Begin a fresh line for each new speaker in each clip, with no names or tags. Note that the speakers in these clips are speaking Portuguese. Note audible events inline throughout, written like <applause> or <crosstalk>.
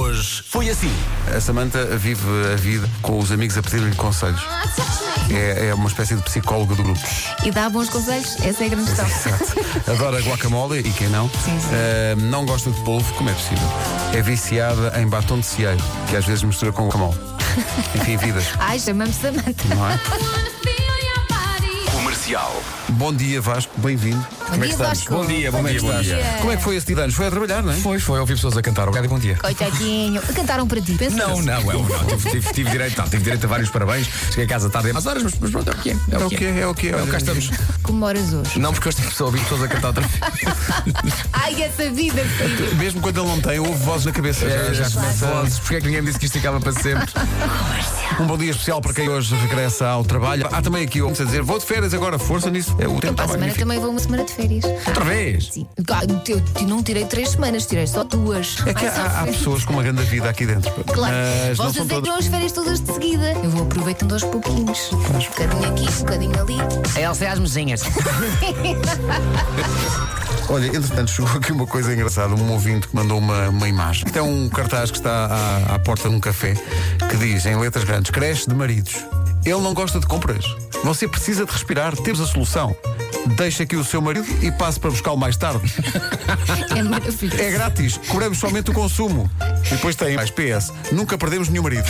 Hoje foi assim. A Samanta vive a vida com os amigos a pedirem-lhe conselhos. É, é uma espécie de psicóloga do grupo.
E dá bons conselhos, essa é a grande
<laughs>
questão.
Exato. Adora guacamole e quem não.
Sim, sim.
Ah, não gosta de polvo, como é possível? É viciada em batom de cieiro, que às vezes mistura com
<laughs>
guacamole. Enfim, vidas,
Ai, chamamos Samanta.
não é?
Comercial.
Bom dia, Vasco, bem-vindo. como é que
dia,
estamos?
Vasco. Bom dia, bom
como é
dia,
que
bom
estás?
dia.
Como é que foi esse dia de anos? Foi a trabalhar, não é?
Foi, foi, ouvi pessoas a cantar. Obrigado e bom dia.
Coitadinho. Cantaram para ti. Penso
Não,
que-
não, eu não. Tive, tive- tive direito, não, tive direito a vários parabéns. Cheguei a casa tarde às horas, mas, mas pronto, é o que é. É o que é.
é o que
É o que cá estamos.
Comemoras hoje.
Não, porque eu estive só a ouvir pessoas a cantar outra vez.
Ai, essa vida,
<laughs>
filho.
Mesmo quando ele não tem, ouve vozes na cabeça. Já-
é.
já começa a-
Vozes, Porque é que ninguém me disse que isto ficava para sempre?
Um bom dia especial para quem hoje regressa ao trabalho. Há também aqui homens a dizer, vou de férias agora, força nisso. É, o tempo está
Para a semana
magnífico.
também vou uma semana de férias.
Outra vez?
Sim. Ah, eu, eu não tirei três semanas, tirei só duas.
É que
Ai, só
há, há
fui-
pessoas com uma grande vida aqui dentro.
Claro,
Mas não
vocês
são
é que
todos.
não as férias todas de seguida. Eu vou aproveitando aos pouquinhos. Um bocadinho aqui, um bocadinho ali.
A Elsa e as mesinhas.
Olha, entretanto, chegou aqui uma coisa engraçada. Um ouvinte que mandou uma, uma imagem. Tem um cartaz que está à, à porta de um café que diz, em letras grandes, creche de maridos. Ele não gosta de compras. Você precisa de respirar. Temos a solução. Deixe aqui o seu marido e passe para buscá-lo mais tarde.
É maravilhoso.
É grátis, cobramos somente o consumo. E depois tem mais PS. Nunca perdemos nenhum marido.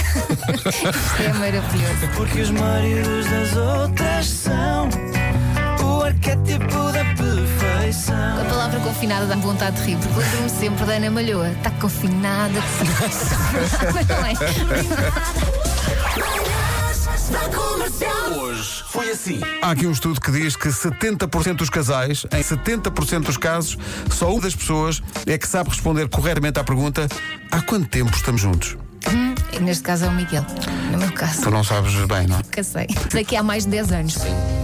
É maravilhoso.
Porque os maridos das outras são o arquétipo da perfeição.
A palavra confinada dá vontade de rir, porque lembro-me sempre da Ana Malhoa. Está
<laughs>
confinada. Mas não é?
Hoje foi assim.
Há aqui um estudo que diz que 70% dos casais, em 70% dos casos, só uma das pessoas é que sabe responder corretamente à pergunta: há quanto tempo estamos juntos?
Neste caso é o Miguel. No meu caso,
Tu não sabes bem, não?
casei. Daqui há mais de 10 anos.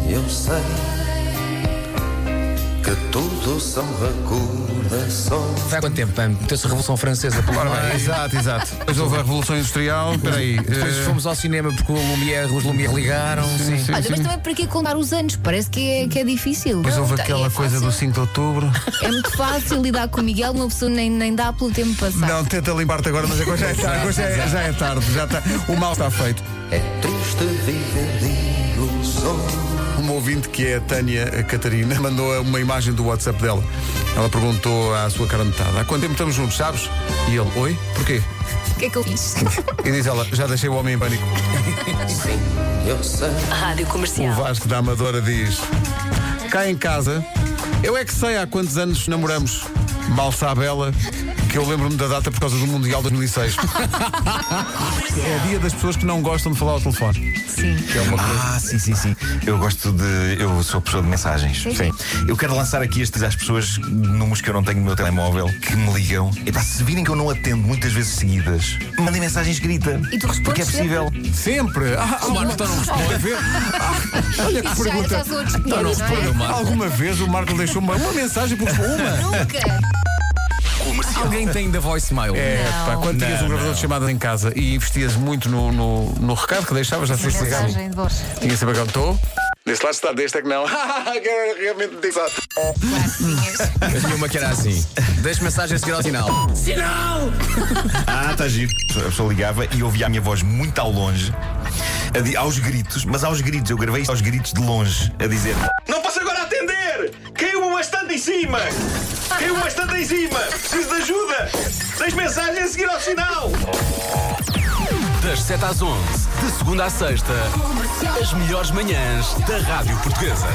Eu sei que tudo são recordações.
Foi há quanto tempo? Pam? Meteu-se a Revolução Francesa pelo meio.
exato, exato. Depois houve a Revolução Industrial, peraí.
Depois
eh,
fomos ao cinema porque o Lumière, os Lumière ligaram. Sim, sim.
Olha, mas também para que contar os anos? Parece que é, que é difícil.
Depois houve
Não,
aquela
é
coisa
fácil.
do 5 de outubro.
É muito fácil lidar com o Miguel, uma pessoa nem, nem dá pelo tempo passado.
Não, tenta limpar-te agora, mas agora já é tarde. Agora já é, já é tarde. Já tá- o mal está feito.
É triste viver de ilusões.
Uma ouvinte que é a Tânia Catarina mandou uma imagem do WhatsApp dela. Ela perguntou à sua cara metade: há quanto tempo estamos juntos, sabes? E ele: oi? Porquê?
O que é que eu fiz?
E diz ela: já deixei o homem em pânico.
Eu sei.
Rádio
O
Comercial.
Vasco da Amadora diz: cá em casa, eu é que sei há quantos anos namoramos. Mal sabe ela que eu lembro-me da data por causa do Mundial 2006. é dia das pessoas que não gostam de falar ao telefone.
Sim.
Ah, sim, sim, sim. Eu gosto de. Eu sou pessoa de mensagens.
Sim,
Sim.
sim.
Eu quero lançar aqui estes às pessoas, números que eu não tenho no meu telemóvel, que me ligam. E pá, se virem que eu não atendo muitas vezes seguidas, mandem mensagem escrita.
E tu respondes
Porque é possível.
Sempre! Ah, o Marco está não responde. Olha que
Isso já,
pergunta.
já são outros
Então,
500, não é?
Alguma vez o Marco deixou uma, uma mensagem por uma?
Nunca.
Alguém tem ainda voicemail?
É, pá, quando tinhas um gravador de chamadas em casa e investias muito no, no, no recado que deixavas, já sei se ligava.
Mensagem de voz.
Tinha sempre aquele estou. Desse lado está, deste é que não. <laughs> Quero realmente dizer.
Claro, tinhas.
Eu tinha uma que era assim. Deixe mensagem a seguir ao sinal.
Ah, está giro. A pessoa ligava e eu ouvia a minha voz muito ao longe, a di- aos gritos, mas aos gritos. Eu gravei isto aos gritos de longe, a dizer.
Não posso agora atender! Caiu
um
uma estante em cima! Caiu uma estante em cima! Preciso de ajuda! Tens mensagem a seguir ao sinal!
Das 7 às 11, de segunda à sexta, as melhores manhãs da Rádio Portuguesa.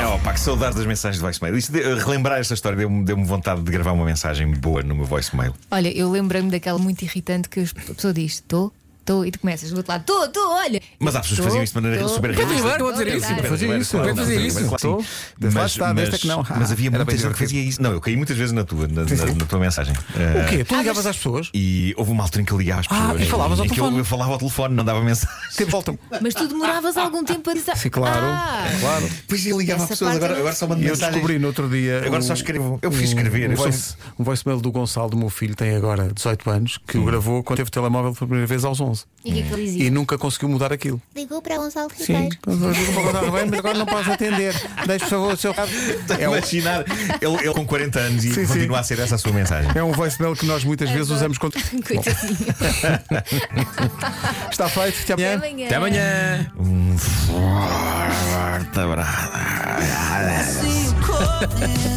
É, ó, pá, que saudades das mensagens de voicemail. Isto de- eh, relembrar esta história deu-me deu-me vontade de gravar uma mensagem boa no meu voicemail.
Olha, eu lembrei-me daquela muito irritante que as- a pessoa diz: estou, estou, e tu começas do outro lado: estou, estou, olha.
Mas há pessoas que faziam isto de maneira super realista.
Ribeiro, vou dizer isso.
Pedro
Fazia
Ribeiro,
É isso,
claro,
Pedro
claro,
fazia
claro,
isso.
claro,
Tô.
sim.
Desse lado
Mas,
está, deste é que não.
mas- mas havia
Era bem
muita gente que
divertido.
fazia isso. Não, eu caí muitas vezes na tua, na, na- na
<laughs>
tua mensagem.
O quê?
Ah,
Tu ligavas às pessoas?
E houve uma altura em que eu ligava às pessoas.
Ah, e falavas ao
em que eu,
telefone.
eu falava ao telefone, não dava mensagem.
Sempre voltam.
Mas tu demoravas algum tempo a dizer.
Sim, claro.
Ah,
Claro.
Depois eu ligava
Essa
às pessoas,
parte é
agora,
eu-
agora só mando
E eu
mensagem.
descobri no
<laughs>
outro dia.
Agora só escrevo. Eu fiz escrever.
Um,
eu sou- Hum.
voice, um voicemail do Gonçalo, do meu filho, tem agora 18 anos, que o gravou quando teve telemóvel pela primeira vez aos 11. 11.
E o que é que ele dizia?
E nunca conseguiu mudar aquilo. Então,
Ligou para Gonçalo
Sim,
Ribeiro.
mas agora não posso atender. Deixe, por favor, o seu caso. É um,
Imaginar ele, ele com 40 anos e
Sim, sim.
continua a ser essa a sua mensagem.
é um voicemail que nós muitas vezes usamos contra.
<laughs> Coitadinho.
Bom, está feito, até
Até
amanhã.
amanhã.
Até amanhã. Um forte abraço.